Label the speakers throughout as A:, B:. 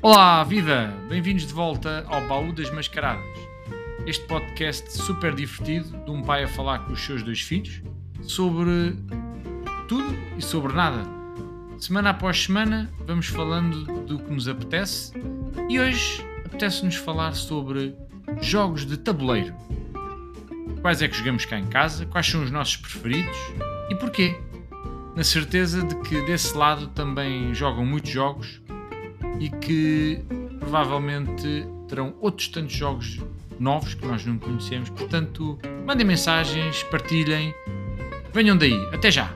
A: Olá, vida! Bem-vindos de volta ao Baú das Mascaradas. Este podcast super divertido de um pai a falar com os seus dois filhos sobre tudo e sobre nada. Semana após semana vamos falando do que nos apetece e hoje apetece-nos falar sobre jogos de tabuleiro. Quais é que jogamos cá em casa? Quais são os nossos preferidos? E porquê? Na certeza de que desse lado também jogam muitos jogos e que provavelmente terão outros tantos jogos novos que nós não conhecemos. Portanto, mandem mensagens, partilhem, venham daí. Até já!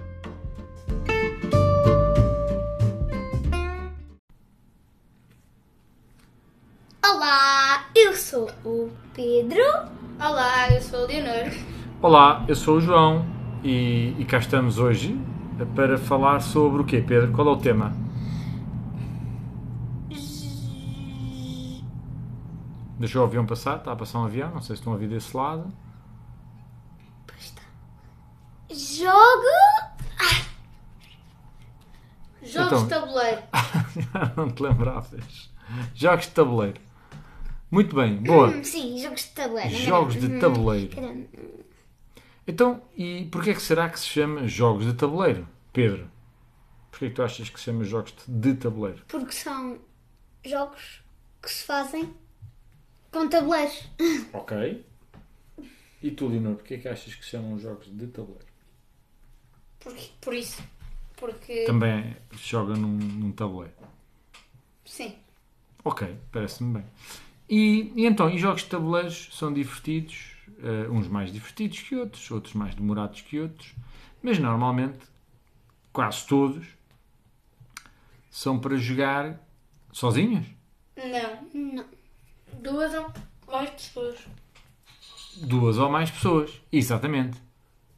B: Olá, eu sou o Pedro. Olá, eu sou o Leonor.
A: Olá, eu sou o João e, e cá estamos hoje para falar sobre o quê, Pedro? Qual é o tema? Deixou o avião passar? Está a passar um avião? Não sei se estão a ouvir desse lado.
B: Jogo. Ah.
A: Então-
C: Jogos de tabuleiro.
A: Já não te lembravas. Jogos de tabuleiro. Muito bem, boa.
B: Sim, jogos de tabuleiro. é
A: Jogos de tabuleiro.
B: Caramba.
A: Então, e porquê é que será que se chama jogos de tabuleiro, Pedro? Porquê é que tu achas que se chama jogos de tabuleiro?
B: Porque são jogos que se fazem com tabuleiros.
A: Ok. E tu, Leonor, porquê é que achas que se chamam jogos de tabuleiro?
C: Por, por isso. Porque.
A: Também se joga num, num tabuleiro.
C: Sim.
A: Ok, parece-me bem. E, e então, e jogos de tabuleiros são divertidos, eh, uns mais divertidos que outros, outros mais demorados que outros, mas normalmente, quase todos, são para jogar sozinhos.
C: Não.
B: Não.
C: Duas ou mais pessoas.
A: Duas ou mais pessoas. Exatamente.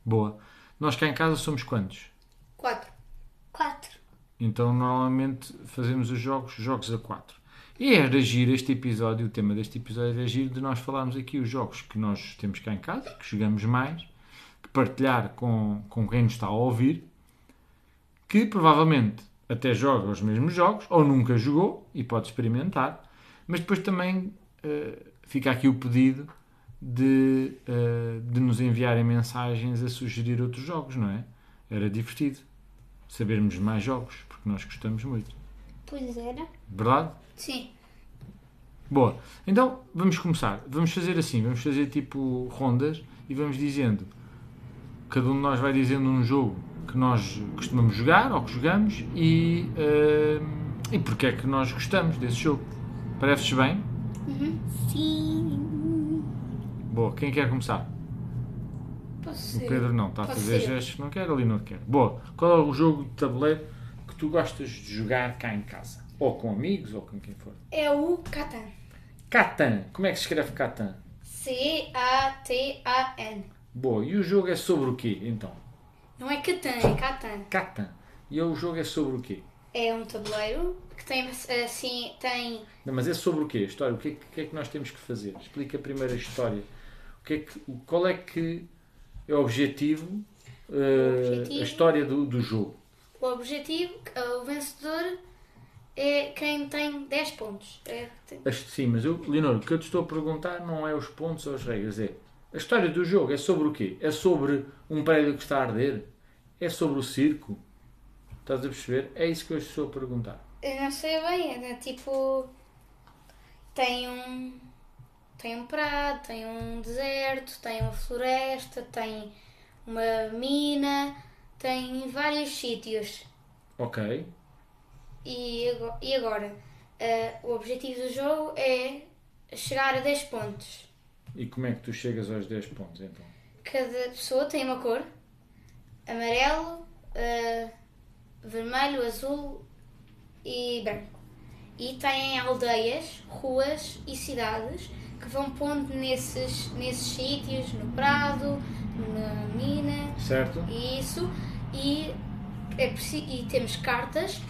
A: Boa. Nós cá em casa somos quantos?
C: Quatro.
B: Quatro.
A: Então normalmente fazemos os jogos, jogos a quatro. E era agir este episódio, o tema deste episódio é agir de nós falarmos aqui os jogos que nós temos cá em casa, que jogamos mais, que partilhar com, com quem nos está a ouvir, que provavelmente até joga os mesmos jogos, ou nunca jogou e pode experimentar, mas depois também eh, fica aqui o pedido de, eh, de nos enviarem mensagens a sugerir outros jogos, não é? Era divertido sabermos mais jogos, porque nós gostamos muito.
B: Pois era.
A: Verdade?
C: Sim.
A: Boa. Então, vamos começar. Vamos fazer assim, vamos fazer tipo rondas e vamos dizendo. Cada um de nós vai dizendo um jogo que nós costumamos jogar ou que jogamos e, ah, e porque é que nós gostamos desse jogo. Parece-vos bem?
B: Sim.
A: Boa. Quem quer começar?
C: Posso ser.
A: O Pedro não. Está a
C: Pode
A: fazer
C: ser eu.
A: gestos que não quer, ali não quer. Boa. Qual é o jogo de tabuleiro que tu gostas de jogar cá em casa? Ou com amigos ou com quem for?
C: É o Catan.
A: Catan. Como é que se escreve Catan?
C: C-A-T-A-N.
A: Boa, e o jogo é sobre o quê, então?
C: Não é Catan, é Catan.
A: Catan. E o jogo é sobre o quê?
C: É um tabuleiro que tem assim. Tem.
A: Não, mas é sobre o quê? A história? O que é que, o que é que nós temos que fazer? Explica primeiro a história. O que é que, o- qual é que é o objetivo, eh,
C: objetivo?
A: a história do, do jogo?
C: O objetivo, que- o vencedor é quem tem 10 pontos. É, tem-
A: As- sim, mas eu, Leonor, o que eu te estou a perguntar não é os pontos ou as regras, é a história do jogo é sobre o quê? É sobre um prédio que está a arder? É sobre o circo? Estás a perceber? É isso que eu estou a perguntar.
C: Eu não sei bem, é né, tipo. Tem um. Tem um prado, tem um deserto, tem uma floresta, tem uma mina, tem vários sítios.
A: Ok.
C: E ago- e agora? Ah, o objetivo do jogo é chegar a 10 pontos.
A: E como é que tu chegas aos 10 pontos então?
C: Cada pessoa tem uma cor: amarelo, ah, vermelho, azul e branco. E têm aldeias, ruas e cidades que vão pondo nesses, nesses sítios, no prado, na mina
A: Certo?
C: e isso. E, é preci- e temos cartas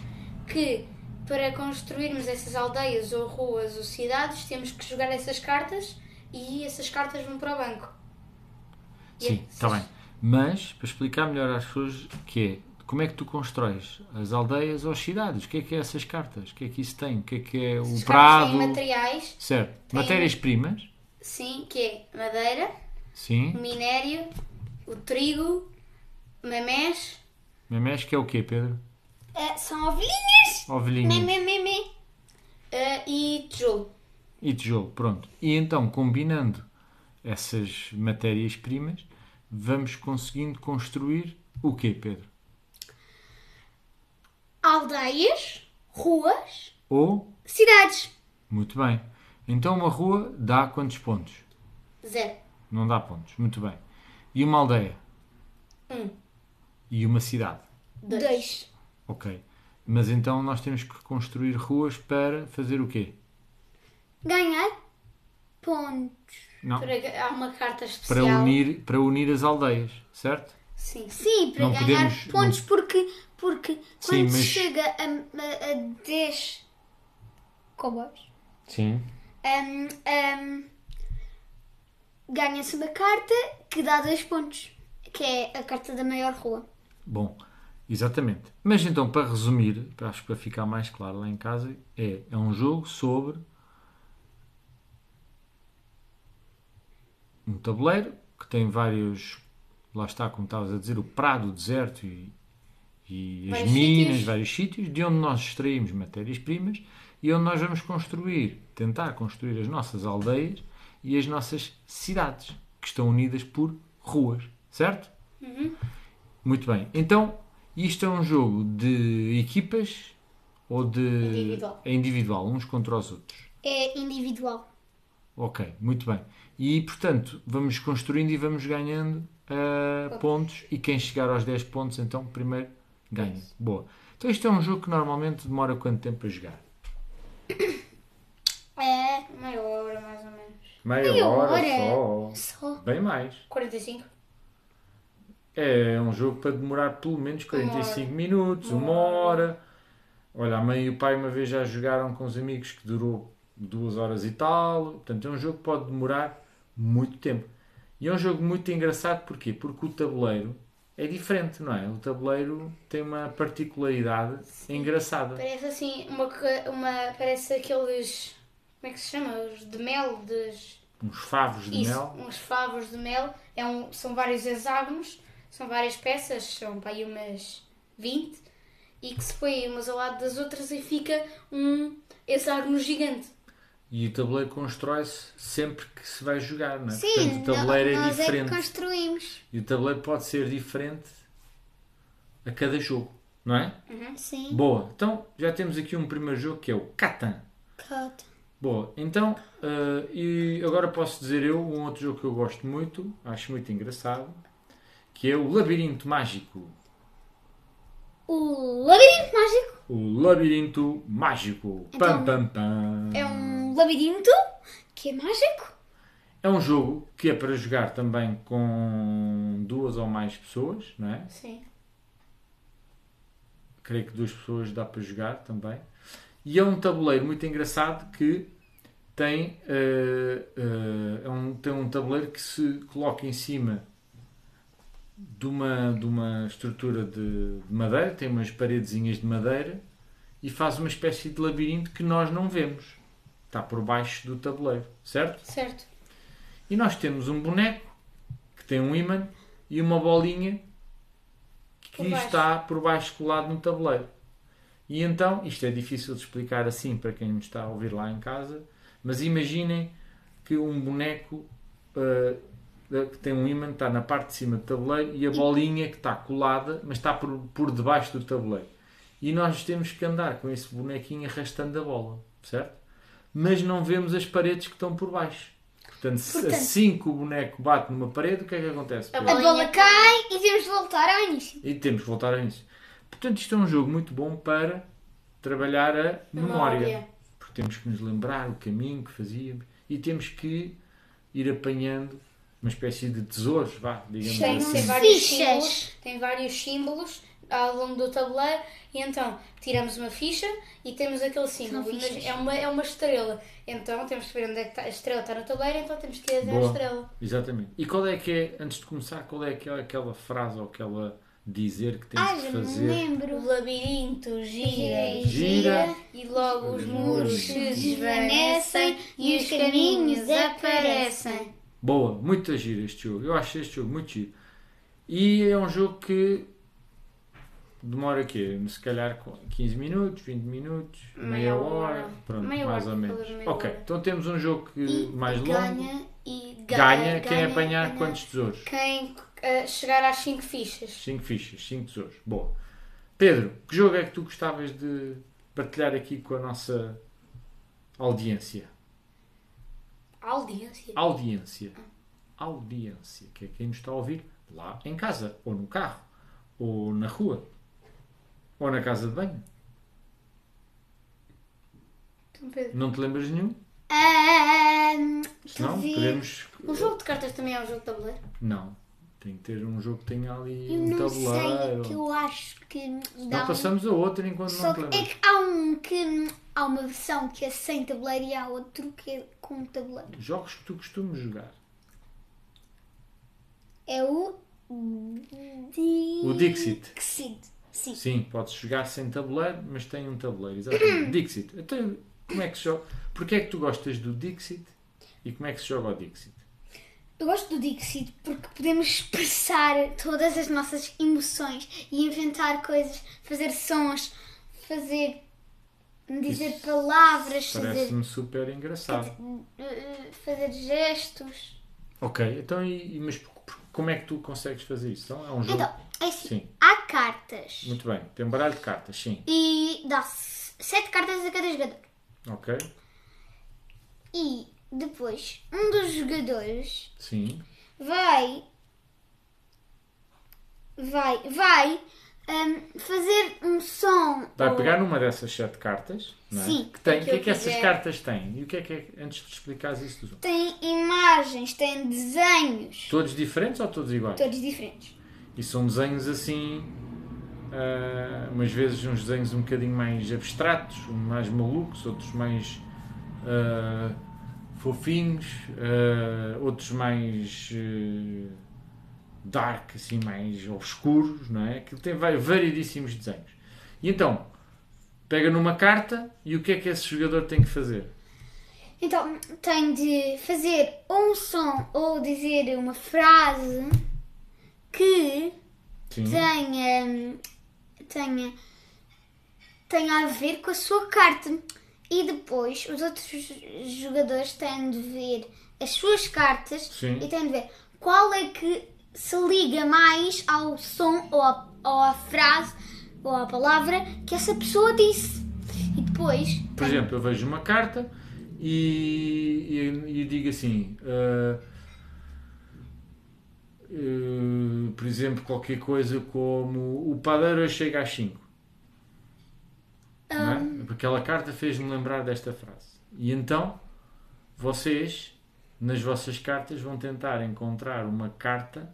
C: que, para construirmos essas aldeias ou ruas ou cidades, temos que jogar essas cartas e essas cartas vão para o banco.
A: tá Sim, está bem. Mas, para explicar melhor às pessoas, que é Como é que tu constróis as aldeias ou as cidades? O que é que é essas cartas? O que é que isso tem? O que é que é o
C: Os
A: prado?
C: têm materiais,
A: Certo. Matérias-primas?
C: sim, que é madeira,
A: Sim.
C: minério, o trigo, mamés, eh,
A: Mamés que é o quê, Pedro?
D: Ah, são ovelhinhas!
A: Ovelhinhas.
D: Mê, mê, mê.
C: ah, e tijolo.
A: e tijolo, pronto. E então, combinando essas matérias-primas, vamos conseguindo construir o quê, Pedro?
D: Aldeias, ruas,
A: Ou,
D: cidades.
A: muito bem, então uma rua dá quantos pontos?
C: Zero.
A: Não dá pontos, muito bem. E uma aldeia?
C: Um.
A: E uma cidade?
C: Dois.
A: Ok. Mas então nós temos que construir ruas para fazer o quê?
D: Ganhar pontos.
A: Não,
C: Para, há uma carta especial.
A: para unir, para unir as aldeias, certo?
C: Sim.
D: Sim, para
A: Não
D: ganhar
A: podemos-
D: pontos, porque, porque quando
A: mas-
D: chega a, a, a 10 comboios,
A: Sim.
D: hum, hum, ganha-se uma carta que dá dois pontos, que é a carta da maior rua.
A: Bom, exatamente. Mas então, para resumir, para- acho que para ficar mais claro lá em casa, é, é um jogo sobre um tabuleiro que tem vários. Lá está, como estavas a dizer, o prado, o deserto e, e as
C: Vários
A: minas,
C: sítios.
A: vários sítios, de onde nós extraímos matérias-primas e onde nós vamos construir, tentar construir as nossas aldeias e as nossas cidades, que estão unidas por ruas, certo? Muito bem. Então, isto é um jogo de equipas ou de.
C: Individual.
A: É individual, uns contra os outros.
D: É individual.
A: Ok, muito bem. E portanto, vamos construindo e vamos ganhando ah, pontos. E quem chegar aos 10 pontos, então primeiro ganha. Boa. Então, isto é um jogo que normalmente demora quanto tempo a jogar?
D: É
C: Meia hora, mais ou menos.
A: Meia,
D: Meia hora hora.
A: só.
D: só.
A: Bem mais.
C: 45.
A: É um jogo para demorar pelo menos 45 minutos, uma hora. Olha, a mãe e o pai uma vez já jogaram com os amigos que durou duas horas e tal. Portanto, é um jogo que pode demorar muito tempo. E é um jogo muito engraçado porquê? Porque o tabuleiro é diferente, não é? O tabuleiro tem uma particularidade engraçada.
C: Parece assim, uma, ca- uma. Parece aqueles. Como é que se chama? Os de mel, dos.
A: Uns favos de
C: Isso,
A: mel.
C: uns favos de mel. É um, são vários hexágonos, são várias peças, são para aí umas 20, e que se põe umas ao lado das outras e fica um hexágono gigante.
A: E o tabuleiro constrói-se sempre que se vai jogar, não é?
D: Sim,
A: Portanto, o tabuleiro é
D: nó- nós é que
A: diferente.
D: construímos.
A: E o tabuleiro pode ser diferente a cada jogo, não é?
C: Uhum.
D: Sim.
A: Boa, então já temos aqui um primeiro jogo que é o Catan.
D: Cota.
A: Boa, então, ah, e agora posso dizer eu um outro jogo que eu gosto muito, acho muito engraçado, que é o Labirinto Mágico.
D: O labirinto mágico
A: O Labirinto Mágico. Pam, pam, pam.
D: é um labirinto que é mágico.
A: É um jogo que é para jogar também com duas ou mais pessoas, não é?
C: Sim.
A: creio que duas pessoas dá para jogar também. E é um tabuleiro muito engraçado que tem, eh, eh, é um, tem um tabuleiro que se coloca em cima de uma, de uma estrutura de, de madeira, tem umas paredezinhas de madeira e faz uma espécie de labirinto que nós não vemos. Está por baixo do tabuleiro, certo?
C: Certo.
A: E nós temos um boneco que tem um ímã e uma bolinha que
C: Por baixo.
A: está por baixo colado no tabuleiro. E então, isto é difícil de explicar assim para quem nos está a ouvir lá em casa, mas imaginem que um boneco ah, ah, que tem um ímã está na parte de cima do tabuleiro e a bolinha que está colada, mas está por, por debaixo do tabuleiro. E nós temos que andar com esse bonequinho arrastando a bola, certo? Mas não vemos as paredes que estão por baixo. Portanto, se-
D: Portanto-
A: assim que o boneco bate numa parede, o que é que acontece? Pedro?
D: A
C: Bolinha
D: bola
C: cai.
D: cai e temos de voltar ao início.
A: E temos que voltar a isso. Portanto, isto é um jogo muito bom para trabalhar a memória.
C: Memória.
A: Porque temos que nos lembrar o caminho que fazíamos e temos que ir apanhando uma espécie de tesouros, vá, digamos
C: Tem,
A: assim.
C: tem vários
D: Fichas.
C: símbolos, tem vários símbolos ao longo do tabuleiro e então tiramos uma ficha e temos aquele símbolo. mas
D: fichas.
C: é uma, é uma estrela. Então temos que ver onde é que tá- a estrela está no tabuleiro, então temos que ir até a
A: Boa.
C: estrela.
A: Exatamente. E qual é que é, antes de começar, qual é aquela, aquela é frase ou aquela dizer que tens
D: Ai,
A: que
D: já não me
A: fazer.
C: O
D: lembro.
C: labirinto gira e
A: Gira.
C: gira e logo os muros se desvanecem
D: desvanecem
C: e os caminhos aparecem.
A: Boa, muito giro este jogo. Eu acho este jogo muito giro. E é um jogo que demora quê? Se calhar 15 minutos, 20 minutos, meia,
C: Meia
A: hora.
C: hora.
A: Pronto,
C: Meia
A: mais
C: hora,
A: ou
C: pelo
A: menos.
C: meia
A: Ok,
C: hora.
A: então temos um jogo que
D: E
A: mais longo.
D: ganha, e
A: Ganha,
D: ganha
A: quem apanhar
D: ganha.
A: quantos tesouros?
C: Quem eh, chegar às 5 fichas?
A: 5 fichas, 5 tesouros. Boa. Pedro, que jogo é que tu gostavas de partilhar aqui com a nossa audiência?
C: Audiência.
A: Audiência. Audiência, que é quem nos está a ouvir lá em casa, ou no carro, ou na rua, ou na casa de banho.
C: Então, Pedro.
A: Não te lembras de nenhum?
D: Ahm,
A: Não?
D: talvez-
A: Podemos.
C: O jogo de cartas também é um jogo de tabuleiro?
A: Não. Tem que ter um jogo que tenha ali
D: Eu
A: um
D: não sei, é
A: tabuleiro.
D: que eu acho que dá
A: Não
D: um-
A: passamos a outro enquanto
D: Só
A: não te
D: que
A: lembras.
D: é que há um que há uma versão que é sem tabuleiro e há outro que é com tabuleiro.
A: Jogos que tu costumas jogar.
D: É o Di-
A: O Dixit.
D: Dixit. Sim.
A: Sim, podes jogar sem tabuleiro, mas tem um tabuleiro, exatamente. Dixit. Então, como é que se joga? Porquê é que tu gostas do Dixit e como é que se joga o Dixit?
D: Eu gosto do Dixit porque podemos expressar todas as nossas emoções e inventar coisas, fazer sons, fazer dizer
A: Isso
D: palavras, fazer,
A: Parece-me super engraçado.
D: eh, fazer gestos.
A: Ok, então, e, e- mas por- por- como é que tu consegues fazer isso? Então, é um jogo.
D: Então, é assim,
A: Sim,
D: há cartas
A: muito bem. Tem um baralho de cartas, sim.
D: e dá sete cartas a cada jogador.
A: Ok,
D: E depois um dos jogadores
A: sim.
D: vai vai vai hum, fazer um som
A: Vai
D: ou-
A: pegar numa dessas sete cartas, não é?
D: Sim,
A: que tem. O
C: que
A: que é
C: eu
A: que essas
C: quiser.
A: cartas têm? E o que é que é, antes de explicares isso dos outros?
D: tem imagens tem desenhos
A: Todos diferentes ou todos iguais?
D: todos diferentes
A: E são desenhos assim, ah, umas vezes uns desenhos um bocadinho mais abstratos, uns mais malucos, outros mais ah, fofinhos, ah, outros mais eh, dark, assim, mais obscuros, não é? Que tem vai- variedíssimos desenhos. E então, pega numa carta e o que é que esse jogador tem que fazer?
D: então tem de fazer ou um som ou dizer uma frase que
A: Sim.
D: tenha hum, tenha tenha a ver com a sua carta e depois os outros jogadores têm de ver as suas cartas
A: Sim.
D: e têm de ver qual é que se liga mais ao som ou à, ou à frase ou à palavra que essa pessoa disse e depois
A: Por exemplo, eu vejo uma carta e, e, e digo assim. ah, ah, por exemplo, qualquer coisa como o padeiro hoje chega às 5.
D: Ah.
A: não é? Aquela carta fez-me lembrar desta frase. E então vocês, nas vossas cartas, vão tentar encontrar uma carta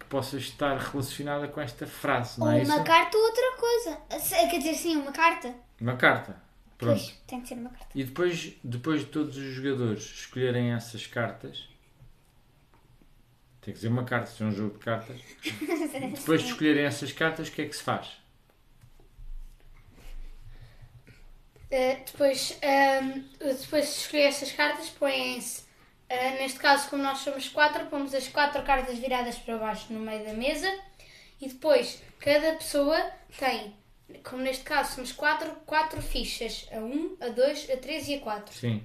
A: que possa estar relacionada com esta frase, não
D: ou
A: é
D: uma
A: isso?
D: carta ou outra coisa Se- quer dizer sim uma carta
A: Uma carta. Pronto.
D: pois tem de ser uma carta
A: E depois, depois de todos os jogadores escolherem essas cartas, tem que ser uma carta, se é um jogo de cartas. Depois de escolherem essas cartas, o que é que se faz?
C: Eh, depois, ahm, depois de escolher estas cartas, põem-se. ah, neste caso, como nós somos quatro, pomos as quatro cartas viradas para baixo no meio da mesa e depois cada pessoa tem, como neste caso somos quatro, quatro fichas: a 1, a 2, a 3 e a 4.
A: Sim.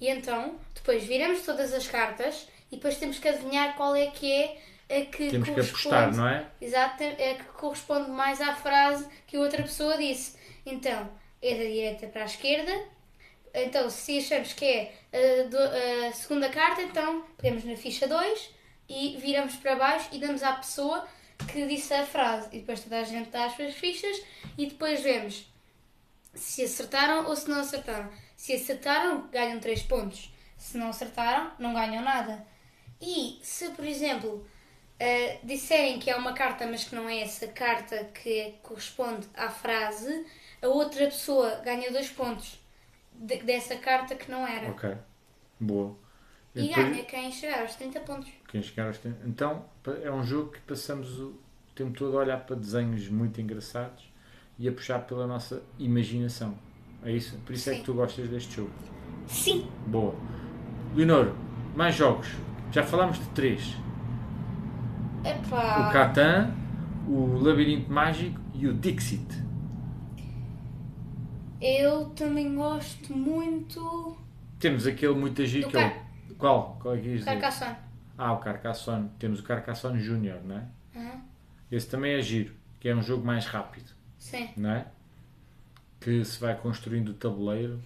C: E então, depois viramos todas as cartas e depois temos que adivinhar qual é que é a que
A: Temos que
C: corresponde.
A: apostar, não é?
C: Exato, é que corresponde mais à frase que a outra pessoa disse. Então, é da direita para a esquerda. Então, se achamos que é a, do- a segunda carta, então pegamos na ficha 2 e viramos para baixo e damos à pessoa que disse a frase. E depois toda a gente dá as suas fichas e depois vemos se acertaram ou se não acertaram. Se acertaram, ganham 3 pontos. Se não acertaram, não ganham nada. E se, por exemplo, eh, disserem que é uma carta, mas que não é essa carta que corresponde à frase, a outra pessoa ganha 2 pontos de- dessa carta que não era.
A: Ok. Boa.
C: E
A: depois-
C: é- ganha quem chegar aos 30 pontos.
A: Quem chegar aos tem- Então, pa- é um jogo que passamos o tempo todo a olhar para desenhos muito engraçados e a puxar pela nossa imaginação. É isso? Por isso é
C: Sim.
A: que tu gostas deste jogo.
D: Sim.
A: Boa. Leonor, mais jogos. Já falámos de três. O
C: Epá,
A: Catan, o Labirinto Mágico e o Dixit.
C: eu também gosto muito
A: Temos aquele muito agir
C: Do
A: que é
C: Car-
A: o... Qual? Qual é que ias
C: do
A: dizer?
C: Carcassonne.
A: Ah, o Carcassonne. Temos o Carcassonne Júnior, não é?
C: Aham,
A: Esse também é giro, que é um jogo mais rápido,
C: Sim,
A: não é? Que se vai construindo o tabuleiro.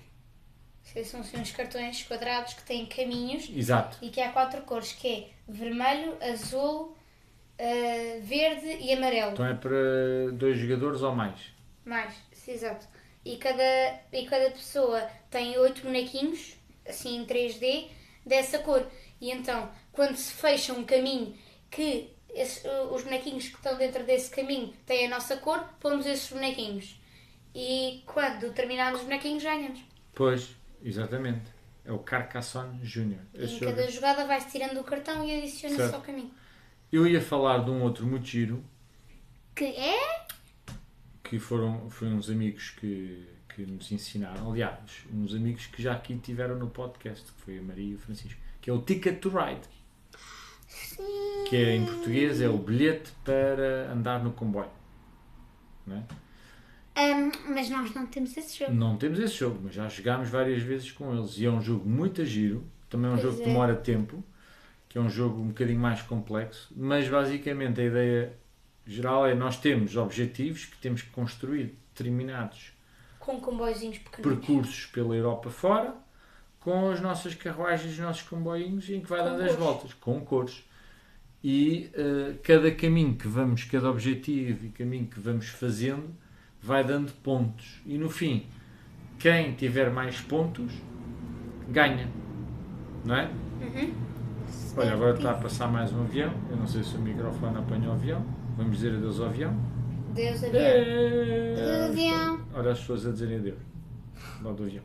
C: Sim, são assim, uns cartões quadrados que têm caminhos
A: Exato.
C: e que há quatro cores, que é vermelho, azul, eh, verde e amarelo.
A: Então é para dois jogadores ou mais.
C: Mais, sim, exato. E cada, e cada pessoa tem oito bonequinhos, assim em 3D, dessa cor. E então, quando se fecha um caminho que esse- o- os bonequinhos que estão dentro desse caminho têm a nossa cor, pomos esses bonequinhos. E quando terminarmos os bonequinhos, ganhamos.
A: Pois, exatamente. É o Carcassonne Júnior.
C: E
A: Esse
C: em
A: jogo é
C: cada jogada vai-se tirando o cartão e adiciona-se
A: Certo.
C: ao caminho.
A: Eu ia falar de um outro muito giro,
D: Que é?
A: que foram foi uns amigos que, que nos ensinaram, aliás, uns amigos que já aqui tiveram no podcast, que foi a Maria e o Francisco, que é o Ticket to Ride,
D: Sim.
A: que é em português é o bilhete para andar no comboio. Não, é?
D: Ahm, hum, mas nós não temos esse jogo.
A: Não temos esse jogo, mas já jogámos várias vezes com eles e é um jogo muito giro, também é um
C: Pois
A: jogo
C: é.
A: que demora tempo, que é um jogo um bocadinho mais complexo, mas basicamente a ideia geral é nós temos objetivos que temos que construir determinados
C: Com comboiozinhos pequeninos.
A: percursos pela Europa fora com as nossas carruagens, os nossos comboinhos em que vai
C: Com
A: dando as
C: cores.
A: voltas, com cores. E eh, cada caminho que vamos, cada objetivo e caminho que vamos fazendo vai dando pontos. E no fim, quem tiver mais pontos ganha. Não é? Olha, agora está a passar mais um avião. Eu não sei se o microfone apanha o avião. Vamos dizer adeus ao avião. É,
C: Deus abençoe.
A: Adeus.
D: Avião.
A: É. Olha as pessoas a dizerem adeus. Lá do avião.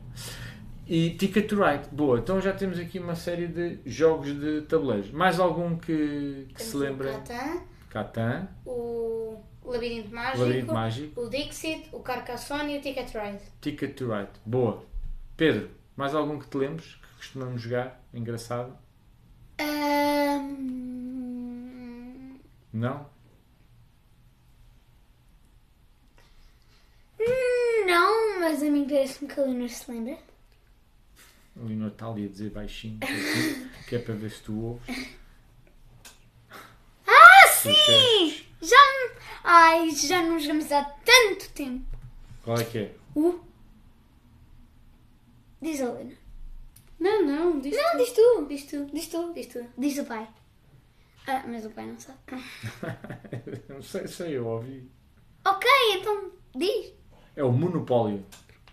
A: E Ticket to Ride. Boa, então já temos aqui uma série de jogos de tabuleiros. Mais algum que, que se
C: O
A: lembra?
C: Catan,
A: Catan,
C: o Labirinto Mágico.
A: Labirinto Mágico,
C: O Dixit, o Carcassonne e o Ticket Ride.
A: Ticket to Ride. Boa. Pedro, mais algum que te lembres que costumamos jogar? Engraçado?
D: Ahm,
A: Não?
D: não, mas a mim parece-me que a Luna se lembra.
A: A Leonor está ali a dizer baixinho, que é para ver se tu ouves.
D: Ah,
A: Tu
D: sim!
A: queres-
D: Já, me- ai, já não jogamos há tanto tempo.
A: Qual é que é?
D: O. Diz a Luna.
C: Não, não, diz
D: Não, diz tu.
C: Diz tu, diz tu, diz tu.
D: Diz o pai. Ah, mas o pai não sabe.
A: não sei, sei, eu ouvi.
D: Ok, então diz.
A: É o Monopólio.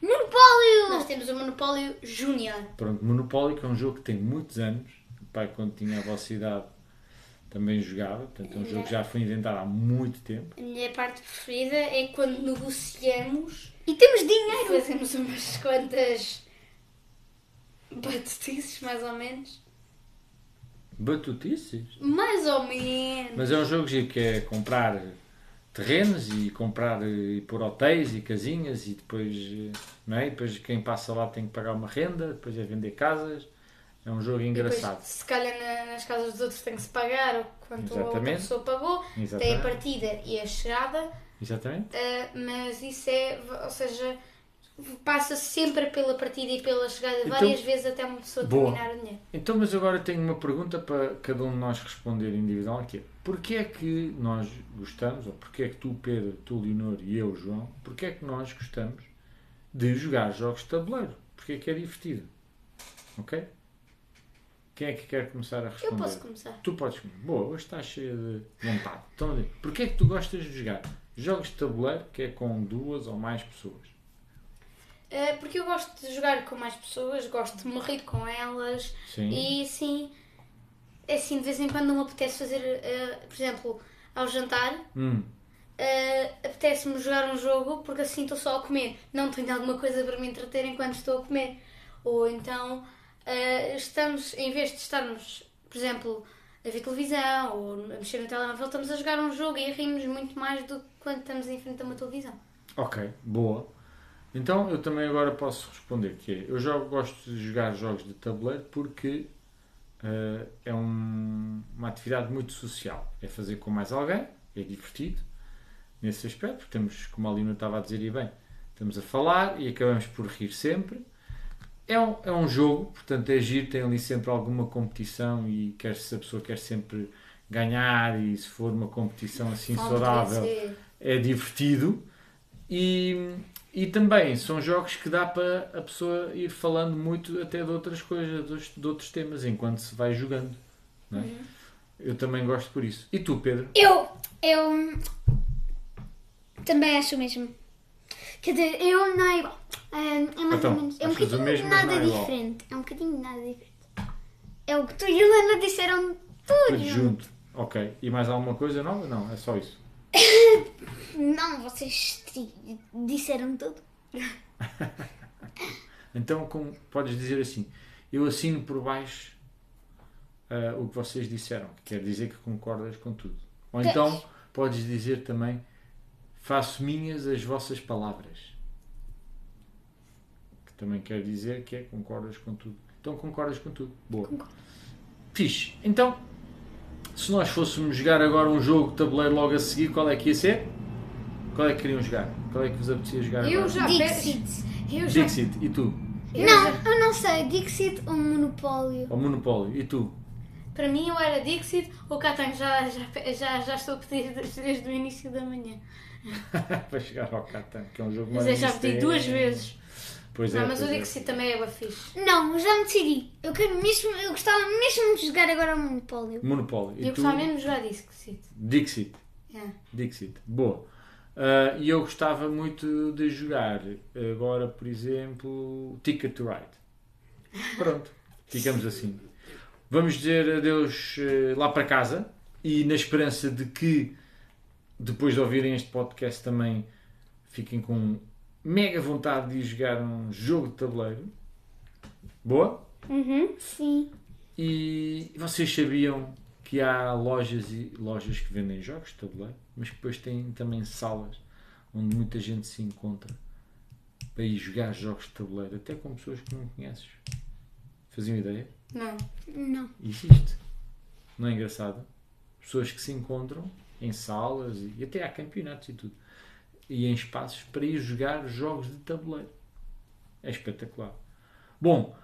C: Nós
D: Monopólio!
C: temos o Monopólio Júnior.
A: Pronto, Monopólio que é um jogo que tem muitos anos. O pai, quando tinha a vossa idade, também jogava. Portanto, é um jogo que já foi inventado há muito tempo.
C: A minha parte preferida é quando negociamos
D: E temos
C: e
D: dinheiro!
C: fazemos umas quantas batutices, mais ou menos.
A: Batutices.
C: Mais ou menos.
A: Mas é um jogo giro que é comprar terrenos e comprar eh, e pôr hotéis e casinhas e depois, eh, não é? E depois quem passa lá tem que pagar uma renda, depois é vender casas. É um jogo
C: E depois,
A: engraçado.
C: se calhar na- nas casas dos outros tem que se pagar ou quanto a outra
A: Exatamente.
C: pessoa pagou. Tem a
A: Exatamente.
C: partida e a chegada.
A: Exatamente.
C: Uh, mas isso é, ou seja, passa sempre pela partida e pela chegada
A: Então-
C: várias vezes até uma pessoa
A: Boa.
C: terminar o dinheiro.
A: Então, mas agora tenho uma pergunta para cada um de nós responder individual, que é, porquê é que nós gostamos, ou porquê é que tu, Pedro, tu, Leonor e eu, João, porquê é que nós gostamos de jogar jogos de tabuleiro? Porquê é que é divertido? Ok? Quem é que quer começar a
C: Eu
A: responder?
C: posso começar.
A: Tu podes começar. Boa, hoje estás cheia de vontade. Então, diz, porquê é que tu gostas de jogar jogos de tabuleiro que é com duas ou mais pessoas?
C: Uh, porque eu gosto de jogar com mais pessoas, gosto de morrer com elas
A: Sim.
C: e assim, assim, de vez em quando não me apetece fazer, uh, por exemplo, ao jantar,
A: Hum,
C: uh, apetece-me jogar um jogo porque assim estou só a comer, não tenho alguma coisa para me entreter enquanto estou a eh, comer. Ou então, uh, estamos, em vez de estarmos, por exemplo, a ver televisão ou a mexer no telemóvel, estamos a jogar um jogo e rimos muito mais do que quando estamos em frente a uma televisão.
A: Ok, boa. Então eu também agora posso responder que é, eu jogo, gosto de jogar jogos de tabuleiro porque eh, é um- uma atividade muito social. É fazer com mais alguém, é divertido nesse aspecto, porque temos, como a Lina estava a dizer e bem, estamos a falar e acabamos por rir sempre. É um, é um jogo, portanto é giro, tem ali sempre alguma competição e quer se a pessoa quer sempre ganhar e se for uma competição assim
C: Fome de
A: saudável
C: crescer.
A: é divertido e, e também são jogos que dá para a pessoa ir falando muito até de outras coisas, dos- de outros temas, enquanto se vai jogando. não é? Eu também gosto por isso. E tu, Pedro?
D: Eu, eu hum, também acho o mesmo. Quer dizer, eu não é igual. Ah, É mais
A: Então,
D: ou menos. É um
A: achas o
D: bocadinho
A: mesmo,
D: de
A: mas não
D: nada
A: é igual.
D: diferente. É um bocadinho de nada diferente. É o que tu e o Lana disseram tudo.
A: Tudo junto. Ok. E mais alguma coisa nova? Não, é só isso.
D: Não, vocês tri- disseram tudo.
A: Então, como podes dizer assim, eu assino por baixo ah, o que vocês disseram, que quer dizer que concordas com tudo. Ou então, podes dizer também, faço minhas as vossas palavras. Que também quer dizer que é concordas com tudo. Então, concordas com tudo. Boa. Fixe. Então, se nós fôssemos jogar agora um jogo de tabuleiro logo a seguir, qual é que ia ser? Qual é que queriam jogar? Qual é que vos apetecia jogar
C: Eu
A: agora?
C: já
D: Dixit.
C: Eu já
A: Dixit, e tu?
C: Ah, Eu
D: não,
C: já-
D: eu não sei. Dixit ou Monopólio?
A: Ao Monopólio, e tu?
C: Para mim, eu era Dixit ou Catan. Já, já, já, já estou a pedir desde, desde o início da manhã.
A: Para chegar ao Catan, que é um jogo
C: Mas
A: mais
C: eu já pedi
A: mistério.
C: duas vezes.
A: Pois é,
C: Não, mas o
A: pois é.
C: Dixit também é bué fixe.
D: Não, eu já me decidi. Eu quero mesmo, eu gostava mesmo de jogar agora o Monopólio.
A: Monopólio.
C: E
A: E
C: eu
A: tu?
C: gostava mesmo de jogar Dixit.
A: Dixit.
C: Yeah.
A: Dixit. Boa. Ah, e eu gostava muito de jogar agora, por exemplo, Ticket to Ride. Pronto, ficamos assim. Vamos dizer adeus eh, lá para casa e na esperança de que depois de ouvirem este podcast também fiquem com mega vontade de ir jogar um jogo de tabuleiro. Boa?
D: Sim.
A: E vocês sabiam que há lojas e lojas que vendem jogos de tabuleiro, mas que depois têm também salas onde muita gente se encontra para ir jogar jogos de tabuleiro, até com pessoas que não conheces. Faziam ideia?
C: Não.
D: Não.
A: Existe. Não é engraçado? Pessoas que se encontram em salas e, e até há campeonatos e tudo. E em espaços para ir jogar jogos de tabuleiro. É espetacular. Bom,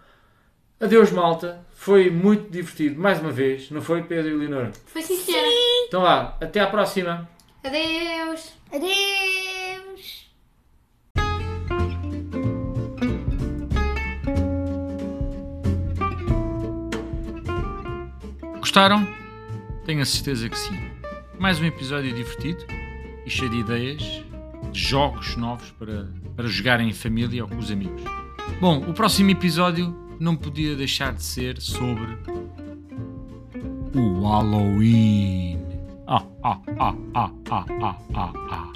A: adeus malta. Foi muito divertido mais uma vez. Não foi, Pedro e Leonor?
C: Foi sincera.
A: Então vá, até à próxima.
C: Adeus.
D: Adeus.
E: Gostaram? Tenho a certeza que sim. Mais um episódio divertido e cheio de ideias, de jogos novos para, para jogar em família ou com os amigos. Bom, o próximo episódio não podia deixar de ser sobre o Halloween. Ah, ah, ah, ah, ah, ah, ah, ah.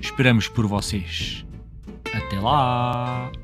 E: Esperamos por vocês. Até lá!